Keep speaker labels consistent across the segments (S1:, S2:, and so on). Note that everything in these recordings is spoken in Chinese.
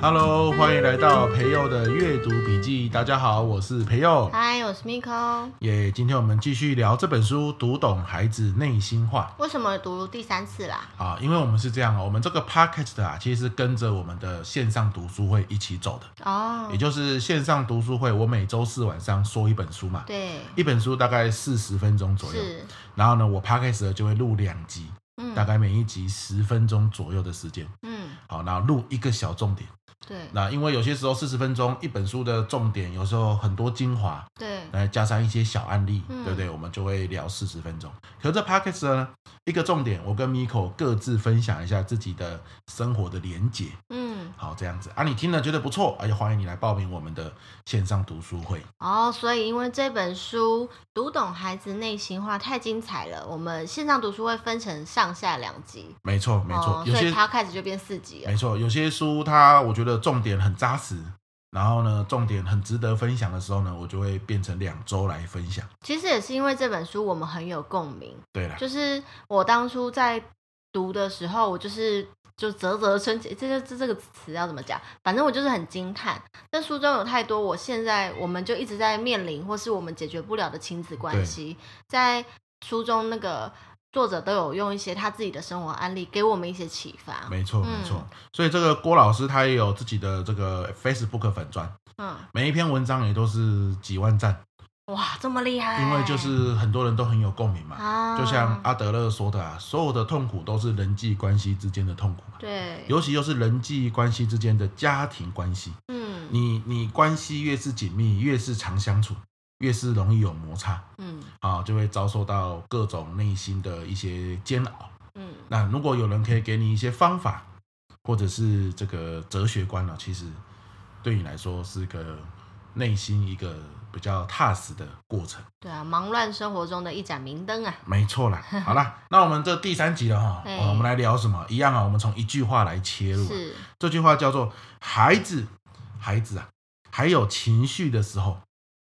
S1: Hello，欢迎来到培佑的阅读笔记。大家好，我是培佑。
S2: 嗨，我是 Miko。
S1: 耶、今天我们继续聊这本书《读懂孩子内心话》。
S2: 为什么读第三次啦？
S1: 啊，因为我们是这样哦，我们这个 podcast 啊，其实是跟着我们的线上读书会一起走的，
S2: 哦
S1: 也，就是线上读书会，我每周四晚上说一本书嘛，
S2: 对，
S1: 一本书大概四十分钟左右，
S2: 是，
S1: 然后呢，我 podcast 就会录两集，大
S2: 嗯
S1: 概每一集十分钟左右的时间，
S2: 嗯，
S1: 好，然后录一个小重点，
S2: 对
S1: 那因为有些时候四十分钟一本书的重点，有时候很多精华，
S2: 对，
S1: 来加上一些小案例，
S2: 嗯
S1: 对不对？我们就会聊四十分钟。可是这 podcast 呢，一个重点，我跟 Miko 各自分享一下自己的生活的连结，
S2: 嗯，
S1: 好这样子啊，你听了觉得不错，哎，欢迎你来报名我们的线上读书会。
S2: 哦，所以因为这本书《读懂孩子内心话》太精彩了，我们线上读书会分成上下两集，
S1: 没错，没错，
S2: 哦、
S1: 有
S2: 所以
S1: 些
S2: 它开始就变四集了。
S1: 没错，有些书它我觉得重点很扎实，然后呢，重点很值得分享的时候呢，我就会变成两周来分享。
S2: 其实也是因为这本书，我们很有共鸣。
S1: 对啦，
S2: 就是我当初在读的时候，我就是就啧啧称奇，这这这个词要怎么讲？反正我就是很惊叹。但书中有太多我现在我们就一直在面临，或是我们解决不了的亲子关系，在书中那个作者都有用一些他自己的生活案例给我们一些启发。
S1: 没错，
S2: 嗯
S1: 没错。所以这个郭老师他也有自己的这个 Facebook 粉砖，
S2: 嗯，
S1: 每一篇文章也都是几万赞，
S2: 哇，这么厉害！
S1: 因为就是很多人都很有共鸣嘛。
S2: 哎啊，
S1: 就像阿德勒说的啊，所有的痛苦都是人际关系之间的痛苦嘛，
S2: 对，
S1: 尤其又是人际关系之间的家庭关系。
S2: 嗯
S1: 你你关系越是紧密，越是常相处，越是容易有摩擦
S2: 嗯
S1: 啊，就会遭受到各种内心的一些煎熬。
S2: 嗯，
S1: 那如果有人可以给你一些方法，或者是这个哲学观呢、其实对你来说是个内心一个比较踏实的过程。
S2: 对啊，忙乱生活中的一盏明灯啊。
S1: 没错啦，好啦，那我们这第三集了哈、
S2: 嘿
S1: 我们来聊什么？一样啊，我们从一句话来切入、啊。
S2: 是，
S1: 这句话叫做“孩子，孩子啊，还有情绪的时候，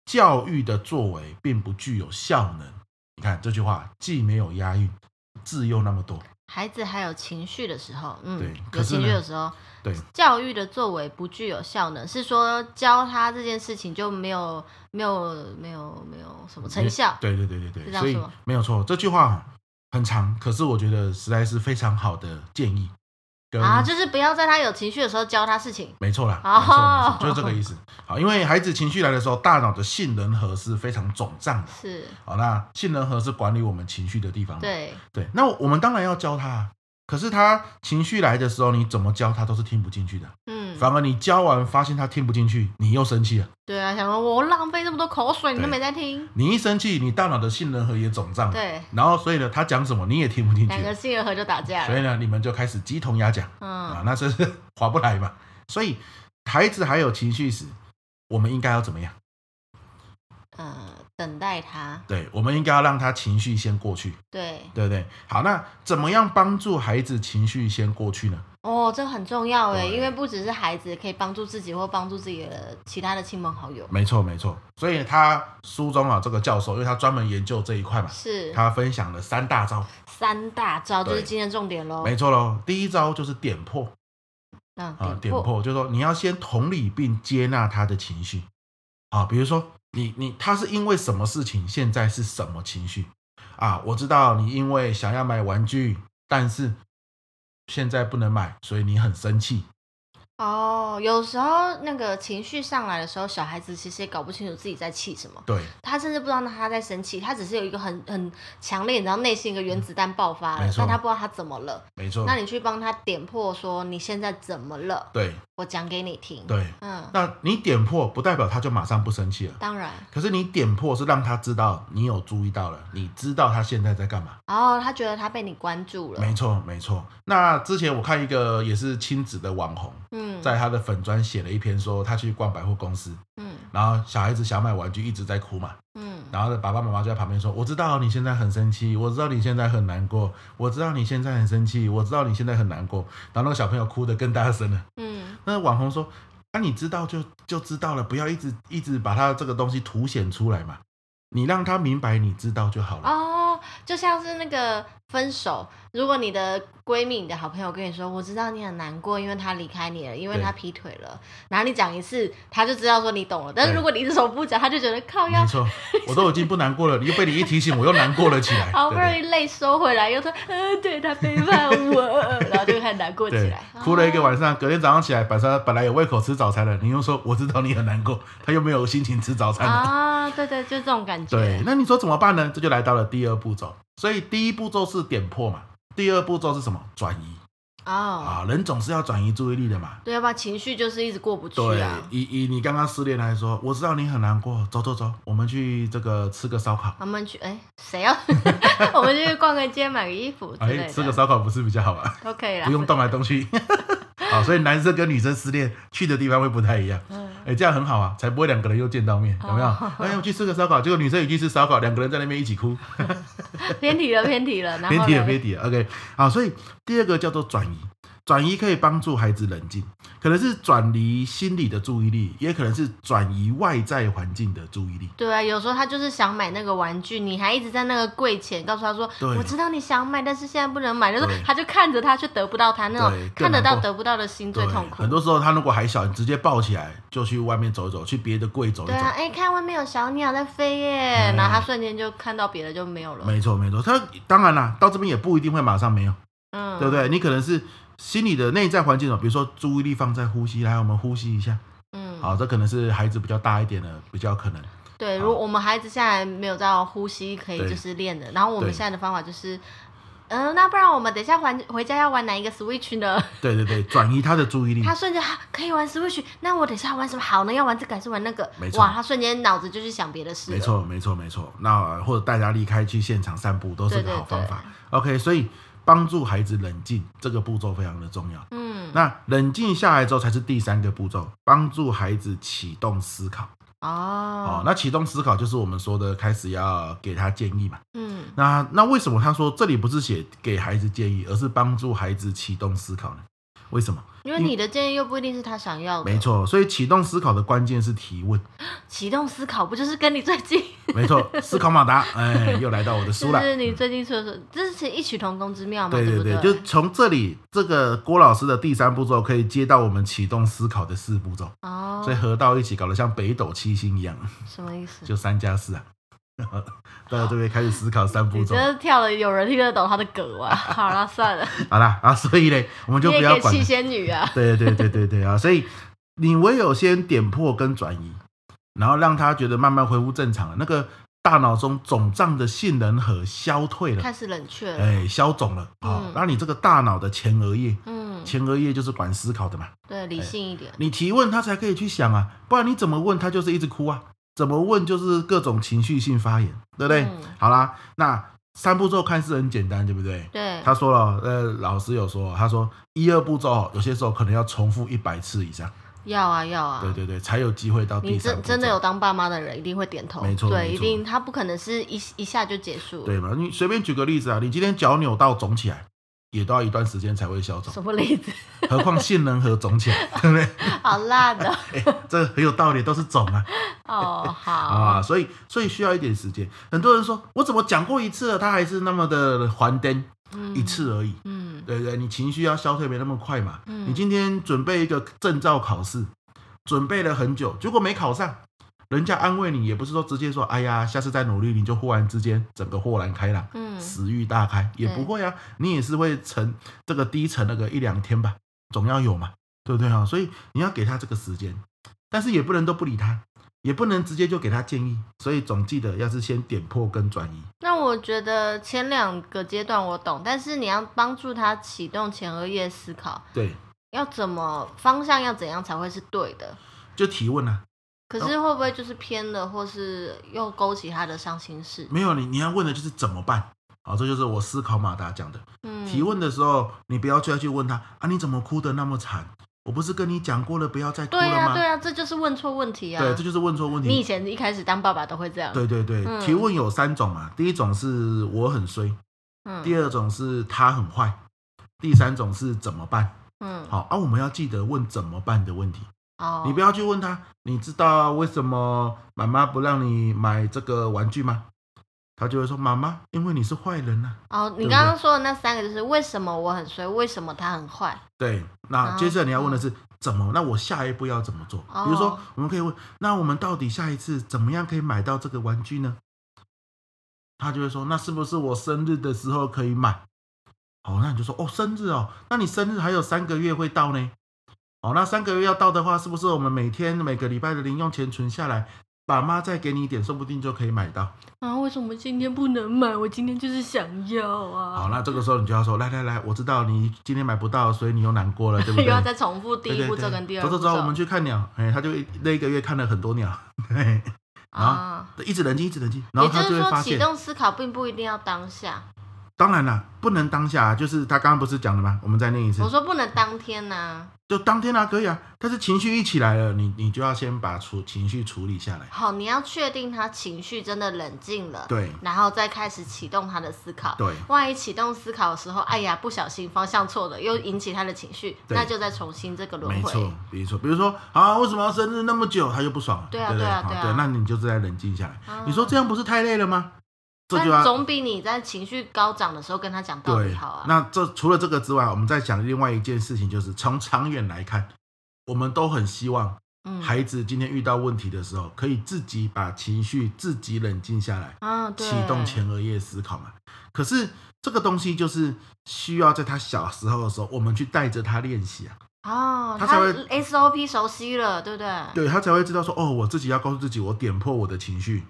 S1: 教育的作为并不具有效能。”你看这句话既没有押韵，字又那么多，
S2: 孩子还有情绪的时候，
S1: 对
S2: 嗯，
S1: 可
S2: 有
S1: 是
S2: 情绪
S1: 呢
S2: 的时候，
S1: 对，
S2: 教育的作为不具有效能，是说教他这件事情就没有没有没有没有什么成效。
S1: 对对对对
S2: 是
S1: 对，
S2: 这样
S1: 所以
S2: 说吗
S1: 没有错。这句话哦很长，可是我觉得实在是非常好的建议。跟
S2: 啊，就是不要在他有情绪的时候教他事情。
S1: 没错啦，
S2: 哦
S1: 没 错没错，就是这个意思。好，因为孩子情绪来的时候，大脑的杏仁核是非常肿胀的。
S2: 是，
S1: 好，那杏仁核是管理我们情绪的地方嘛？
S2: 对，
S1: 对，那我们当然要教他啊。可是他情绪来的时候，你怎么教他都是听不进去的。
S2: 嗯，
S1: 反而你教完发现他听不进去，你又生气了。
S2: 对啊，想说我浪费这么多口水，你都
S1: 对啊
S2: 没在听。
S1: 你一生气，你大脑的杏仁核也肿胀。。
S2: 对，
S1: 然后所以呢，他讲什么你也听不进去
S2: 两。个杏仁核就打架
S1: 所以
S2: 了。
S1: 呢，你们就开始鸡同鸭讲啊
S2: 嗯，，
S1: 那真是 划不来嘛。所以孩子还有情绪时，我们应该要怎么样？
S2: 呃，等待他。
S1: 对，我们应该要让他情绪先过去，
S2: 对，
S1: 对不对？好，那怎么样帮助孩子情绪先过去呢？
S2: 哦，这很重要哎，
S1: 对
S2: 因为不只是孩子可以帮助自己，或帮助自己的其他的亲朋好友。
S1: 没错，没错。所以他书中啊，这个教授，因为他专门研究这一块嘛，
S2: 是
S1: 他分享了三大招。
S2: 三大招，就是
S1: 对
S2: 今天的重点喽。
S1: 没错喽，第一招就是点破
S2: 嗯，
S1: 啊，
S2: 点
S1: 点
S2: 破，
S1: 破，就是说你要先同理并接纳他的情绪啊，比如说你你他是因为什么事情，现在是什么情绪啊？我知道你因为想要买玩具，但是现在不能买，所以你很生气。
S2: 哦，有时候那个情绪上来的时候，小孩子其实也搞不清楚自己在气什么，
S1: 对，
S2: 他甚至不知道他在生气，他只是有一个很很强烈，你知道内心一个原子弹爆发
S1: 没
S2: 了，
S1: 错
S2: 但他不知道他怎么了。
S1: 没错
S2: 那，你去帮他点破，说你现在怎么了，
S1: 对
S2: 我讲给你听。
S1: 对。
S2: 嗯，
S1: 那你点破不代表他就马上不生气了。
S2: 当然，
S1: 可是你点破是让他知道你有注意到了，你知道他现在在干嘛。
S2: 然后哦他觉得他被你关注了，
S1: 没错，没错。那之前我看一个也是亲子的网红，
S2: 嗯，
S1: 在他的粉砖写了一篇说他去逛百货公司，
S2: 嗯
S1: 然后小孩子想买玩具一直在哭嘛，
S2: 嗯，
S1: 然后爸爸妈妈就在旁边说：“我知道你现在很生气，我知道你现在很难过，我知道你现在很生气，我知道你现在很难过。”然后那个小朋友哭得更大声了。
S2: 嗯，
S1: 那网红说：“那、你知道就就知道了，不要一直一直把他这个东西凸显出来嘛，你让他明白你知道就好了。
S2: 哦哦，就像是那个分手，如果你的闺蜜、你的好朋友跟你说，我知道你很难过，因为他离开你了，因为
S1: 对
S2: 他劈腿了，然后你讲一次，他就知道说你懂了。但是
S1: 对
S2: 如果你一直手不讲，他就觉得靠要
S1: 没错，我都已经不难过了，你又被你一提醒，我又难过了起来。
S2: 好不容
S1: 对
S2: 易泪收回来，又说，呃，对他背叛我，呃然后就开始难过起
S1: 对，对
S2: 来，
S1: 哭了一个
S2: 啊
S1: 晚上，隔天早上起来，本身本来有胃口吃早餐了，你又说我知道你很难过，他又没有心情吃早餐了。
S2: 啊，对对，就这种感觉。
S1: 对，那你说怎么办呢？这就来到了第二步骤。所以第一步骤是点破嘛，第二步骤是什么？转移
S2: 哦，
S1: 啊，人总是要转移注意力的嘛。
S2: 对，要不然情绪就是一直过不去
S1: 对
S2: 啊，。
S1: 以以你刚刚失恋来说，我知道你很难过，走走走，我们去这个吃个烧烤。
S2: 我们去，哎，谁要？ 我们去逛个街，买个衣服之类
S1: 哎，
S2: 的，
S1: 吃个烧烤不是比较好啊玩？
S2: 都可以啦，
S1: 不用动来动 去。好，所以男生跟女生失恋去的地方会不太一样。
S2: 嗯。
S1: 哎，这样很好啊，才不会两个人又见到面，有没有？
S2: 哦
S1: 哎，我去吃个烧烤，结果女生也去吃烧烤，两个人在那边一起哭，
S2: 偏题了，偏题了，然后
S1: 别提了，
S2: 呢
S1: 别提了。OK，好，所以第二个叫做转移，转移可以帮助孩子冷静，可能是转移心理的注意力，也可能是转移外在环境的注意力。
S2: 对啊，有时候他就是想买那个玩具，你还一直在那个柜前告诉他说
S1: 对：“
S2: 我知道你想买，但是现在不能买。”就是
S1: 对
S2: 他就看着他却得不到他那
S1: 对
S2: 种
S1: 更
S2: 看得
S1: 难
S2: 到
S1: 过
S2: 得不到的心最
S1: 对，
S2: 痛苦。
S1: 很多时候他如果还小，你直接抱起来就去外面走一走，去别的柜走一
S2: 对
S1: 走。
S2: 啊，哎、看外面有小鸟在飞耶，
S1: 嗯
S2: 然后他瞬间就看到别的就没有了，
S1: 没错没错，他当然啦，到这边也不一定会马上没有，
S2: 嗯，
S1: 对不？对？你可能是心理的内在环境哦，比如说注意力放在呼吸，来我们呼吸一下。
S2: 嗯，
S1: 好，这可能是孩子比较大一点的，比较可能。
S2: 对。
S1: 好
S2: 如果我们孩子现在没有到呼吸可以
S1: 对
S2: 就是练的，然后我们
S1: 对
S2: 现在的方法就是，嗯、那不然我们等一下还回家要玩哪一个 Switch 呢？
S1: 对对对，转移他的注意力
S2: 他。瞬间、啊、可以玩 Switch，那我等一下玩什么好呢？要玩这个还是玩那个
S1: 没？错
S2: 哇，他瞬间脑子就去想别的事了。
S1: 没，错没错没错，那呃或者带他离开去现场散步都是
S2: 对
S1: 个
S2: 对
S1: 好方
S2: 对
S1: 法。OK，所以帮助孩子冷静这个步骤非常的重要。
S2: 嗯，
S1: 那冷静下来之后才是第三个步骤，帮助孩子启动思考。哦
S2: 哦，，
S1: 那启动思考就是我们说的开始要给他建议嘛。
S2: 嗯，
S1: 那那为什么他说这里不是写给孩子建议，而是帮助孩子启动思考呢？为什么？
S2: 因为你的建议又不一定是他想要的。
S1: 没，错，所以启动思考的关键是提问。
S2: 启动思考不就是跟你最 近？
S1: 没错，思考马达，哎，又来到我的书
S2: 就
S1: 了。
S2: 是你最近说的说，这是异曲同工之妙嘛，
S1: 对
S2: 不
S1: 对，就是从这里这个郭老师的第三步骤可以接到我们启动思考的四步骤，
S2: 哦
S1: 所，以合到一起搞得像北斗七星一样，
S2: 什么意思？
S1: 就三加四啊。 大家就会开始思考三步
S2: 你
S1: 骤
S2: 真。的跳了，有人听得懂他的梗 哇？好啦，算了，
S1: 好啦，啊，所以嘞，我们就
S2: 你
S1: 不
S2: 也
S1: 要
S2: 给
S1: 管
S2: 七
S1: 了。
S2: 仙女啊，
S1: 对对对对对啊！所以你唯有先点破跟转移，然后让他觉得慢慢恢复正常了，那个大脑中肿胀的杏仁核消退了
S2: 开，始冷却了。
S1: 哎，消肿了啊
S2: 嗯！
S1: 那、你这个大脑的前额叶，
S2: 嗯，
S1: 前额叶就是管思考的嘛，
S2: 对，理性一点。
S1: 你提问他才可以去想啊，不然你怎么问他就是一直哭啊，怎么问就是各种情绪性发言，对不对？
S2: 嗯
S1: 好啦，那三步骤看似很简单，对不对？
S2: 对，
S1: 他说了，呃，老师有说，他说一二步骤有些时候可能要重复一百次以上，
S2: 要啊要啊。
S1: 对对对，才有机会到第
S2: 你
S1: 三步
S2: 真
S1: 骤
S2: 真的有当爸妈的人一定会点头，
S1: 没错没错
S2: 对，一定他不可能是一一下就结束，
S1: 对嘛？你随便举个例子啊，你今天脚扭到肿起来，也都要一段时间才会消肿，
S2: 什么例子？
S1: 何况杏仁核肿起来，对不对？
S2: 好烂 的
S1: 哎，这很有道理，都是肿啊。
S2: 哦，好
S1: 啊，所以所以需要一点时间。很多人说我怎么讲过一次了，他还是那么的还颠，
S2: 嗯
S1: 一，次而已。
S2: 嗯，
S1: 对对，你情绪要消退没那么快嘛。
S2: 嗯
S1: 你今天准备一个证照考试，准备了很久，结果没考上，人家安慰你也不是说直接说，哎呀，下次再努力，你就忽然之间整个豁然开朗，
S2: 嗯
S1: 食欲大开，也
S2: 对
S1: 不会啊，你也是会沉这个低沉那个一两天吧，总要有嘛，对不对啊？所以你要给他这个时间，但是也不能都不理他。也不能直接就给他建议，所以总记得要是先点破跟转移，
S2: 那我觉得前两个阶段我懂，但是你要帮助他启动前额叶思考，
S1: 对，
S2: 要怎么方向要怎样才会是对
S1: 哦
S2: 的？
S1: 就提问啊，
S2: 可是会不会就是偏了，或是又勾起他的伤心事？
S1: 没有你你要问的就是怎么办，好，这就是我思考马达讲的，
S2: 嗯，
S1: 提问的时候，你不要再去问他啊，你怎么哭得那么惨？我不是跟你讲过了，不要再哭
S2: 对
S1: 了
S2: 呀、
S1: 吗？
S2: 对呀、啊这就是问错问题啊！
S1: 对这就是问错问
S2: 你以
S1: 题。
S2: 前一开始当爸爸都会这样，
S1: 对对对，
S2: 嗯
S1: 提问有三种嘛，第一种是我很衰，第
S2: 嗯
S1: 二种是他很坏，第三种是怎么办？
S2: 嗯，
S1: 好啊，我们要记得问怎么办的问题，
S2: 哦，
S1: 你不要去问他，你知道为什么妈妈不让你买这个玩具吗？他就会说：“妈妈，因为你是坏人啊呐、
S2: 哦，
S1: 对
S2: 你
S1: 不
S2: 刚
S1: 对
S2: 刚说的那三个就是为什么我很衰，为什么他很坏？
S1: 对，
S2: 啊
S1: 那接着你要问的是、怎么？那我下一步要怎么做？
S2: 哦
S1: 比如说，我们可以问：那我们到底下一次怎么样可以买到这个玩具呢？他就会说：那是不是我生日的时候可以买？哦，那你就说：哦，生日哦，那你生日还有三个月会到呢。哦，那三个月要到的话，是不是我们每天每个礼拜的零用钱存下来，爸妈再给你一点，说不定就可以买到。
S2: 啊，为什么今天不能买？我今天就是想要啊！
S1: 好，，那这个时候你就要说：来来来，我知道你今天买不到，所以你又难过了，对不对？
S2: 又要再重复第
S1: 对
S2: 一
S1: 对
S2: 步
S1: 对，
S2: 骤跟第二步
S1: 走
S2: 骤。
S1: 走走，我们去看鸟。哎，他就一那一个月看了很多鸟， 对，
S2: 啊，
S1: 一直冷静，一直冷静，然
S2: 也
S1: 后
S2: 就
S1: 他就是会
S2: 说，
S1: 发
S2: 启
S1: 现，
S2: 动思考并不一定要当下。
S1: 当然啦，不能当下啊，就是他刚刚不是讲了吗？我们再念一次
S2: 我，说不能当天呐、
S1: 就当天啊，可以啊，但是情绪一起来了，你你就要先把处情绪处理下来，
S2: 好，你要确定他情绪真的冷静了，
S1: 对
S2: 然后再开始启动他的思考。
S1: 对
S2: 万一启动思考的时候，哎呀，不小心方向错了，又引起他的情绪，
S1: 对
S2: 那就再重新这个轮
S1: 没
S2: 回
S1: 错。，没错，比如说啊，为什么要生日那么久？他就不爽了，
S2: 对啊
S1: 不对
S2: 对啊
S1: 好
S2: 对啊
S1: 那你就是再冷静下来，
S2: 啊
S1: 你说这样不是太累了吗？这
S2: 但
S1: 就要
S2: 总比你在情绪高涨的时候跟他讲道理
S1: 对
S2: 好啊。
S1: 那这除了这个之外，我们再讲另外一件事情，就是从长远来看，我们都很希望
S2: 嗯，
S1: 孩子今天遇到问题的时候，可以自己把情绪自己冷静下来，
S2: 啊，对
S1: 启动前额叶思考嘛。可是这个东西就是需要在他小时候的时候，我们去带着他练习啊，
S2: 哦，
S1: 他
S2: 他
S1: 才会
S2: SOP 熟悉了，对不对？
S1: 对他才会知道说，哦，我自己要告诉自己，我点破我的情绪，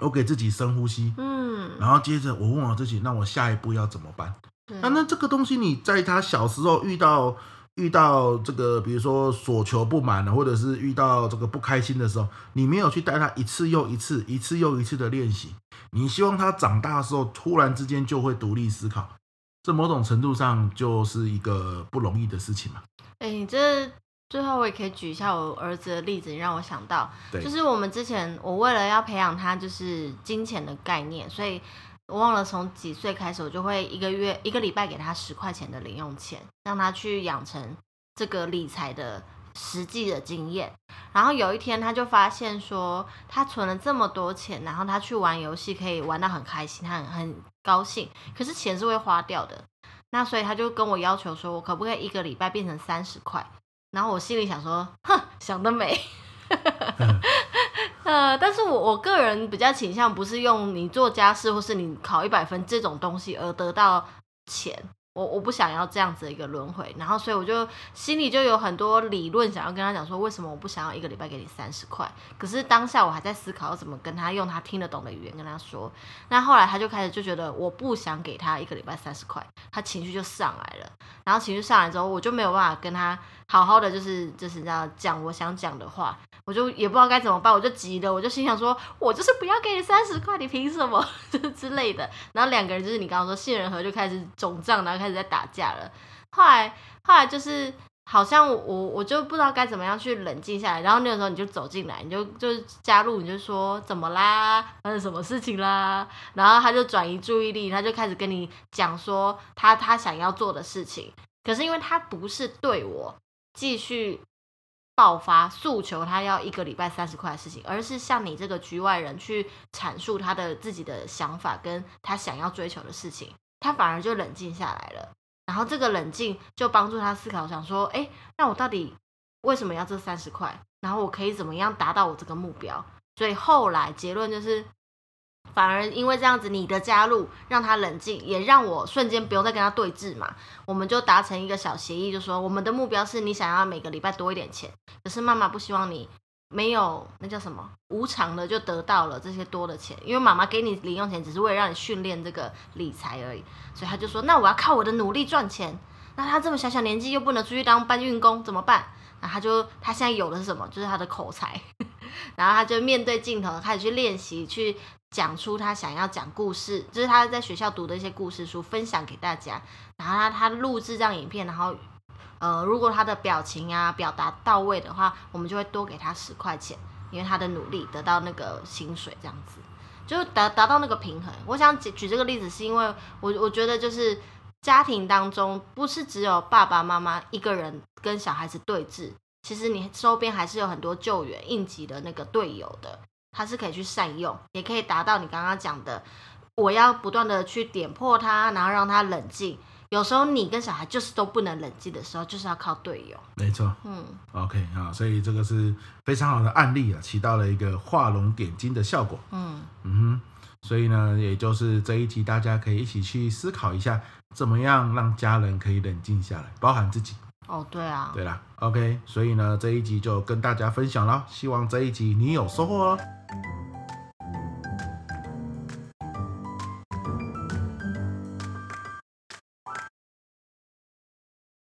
S1: 我给自己深呼吸，
S2: 嗯，
S1: 然后接着我问我自己，那我下一步要怎么办？
S2: 对
S1: 那啊那这个东西，你在他小时候遇到遇到这个，比如说所求不满啊了，或者是遇到这个不开心的时候，你没有去带他一次又一次、一次又一次的练习，你希望他长大的时候突然之间就会独立思考，这某种程度上就是一个不容易的事情嘛。
S2: 哎、你这最后我也可以举一下我儿子的例子，你让我想到，
S1: 对，
S2: 就是我们之前我为了要培养他就是金钱的概念，所以我忘了从几岁开始，我就会一个月一个礼拜给他十块钱的零用钱，让他去养成这个理财的实际的经验。然后有一天他就发现说，他存了这么多钱，然后他去玩游戏可以玩到很开心，他很很高兴，可是钱是会花掉的。那所以他就跟我要求说，我可不可以一个礼拜变成三十块？然后我心里想说，哼，想得美。呃，但是我我个人比较倾向不是用你做家事或是你考一百分这种东西而得到钱，我我不想要这样子的一个轮回。然后，所以我就心里就有很多理论想要跟他讲说，为什么我不想要一个礼拜给你三十块？可是当下我还在思考要怎么跟他用他听得懂的语言跟他说。那后来他就开始就觉得我不想给他一个礼拜三十块，他情绪就上来了。然后情绪上来之后，我就没有办法跟他好好的就是就是这样讲我想讲的话，我就也不知道该怎么办，我就急了，我就心想说，我就是不要给你三十块，你凭什么 就是之类的。然后两个人就是你刚刚说杏仁核就开始肿胀，然后开始在打架了。后来后来就是。好像我我我就不知道该怎么样去冷静下来，然后那个时候你就走进来，你就就是加入，你就说怎么啦，发生什么事情啦，然后他就转移注意力，他就开始跟你讲说他他想要做的事情，可是因为他不是对我继续爆发诉求，他要一个礼拜三十块的事情，而是像你这个局外人去阐述他的自己的想法跟他想要追求的事情，他反而就冷静下来了。然后这个冷静就帮助他思考，想说，哎，那我到底为什么要这三十块？然后我可以怎么样达到我这个目标？所以后来结论就是，反而因为这样子你的加入让他冷静，也让我瞬间不用再跟他对峙嘛。我们就达成一个小协议，就说我们的目标是你想要每个礼拜多一点钱，可是妈妈不希望你没有那叫什么无偿的就得到了这些多的钱，因为妈妈给你零用钱只是为了让你训练这个理财而已。所以他就说，那我要靠我的努力赚钱。那他这么小小年纪又不能出去当搬运工，怎么办？那他就他现在有的是什么？就是他的口才。 然后他就面对镜头开始去练习，去讲出他想要讲故事，就是他在学校读的一些故事书，分享给大家。然后他他录制这样影片，然后呃，如果他的表情啊表达到位的话，我们就会多给他十块钱，因为他的努力得到那个薪水，这样子就达达到那个平衡。我想举举这个例子，是因为我我觉得就是家庭当中不是只有爸爸妈妈一个人跟小孩子对峙，其实你周边还是有很多救援应急的那个队友的。它是可以去善用，也可以达到你刚刚讲的，我要不断的去点破它，然后让它冷静。有时候你跟小孩就是都不能冷静的时候，就是要靠队友。
S1: 没错
S2: 嗯，
S1: ，OK 啊，所以这个是非常好的案例啊，起到了一个画龙点睛的效果。
S2: 嗯，
S1: 嗯哼，所以呢，也就是这一集大家可以一起去思考一下，怎么样让家人可以冷静下来，包含自己。
S2: 哦，对啊，
S1: 对啦，OK，所以呢，这一集就跟大家分享了，希望这一集你有收获哦。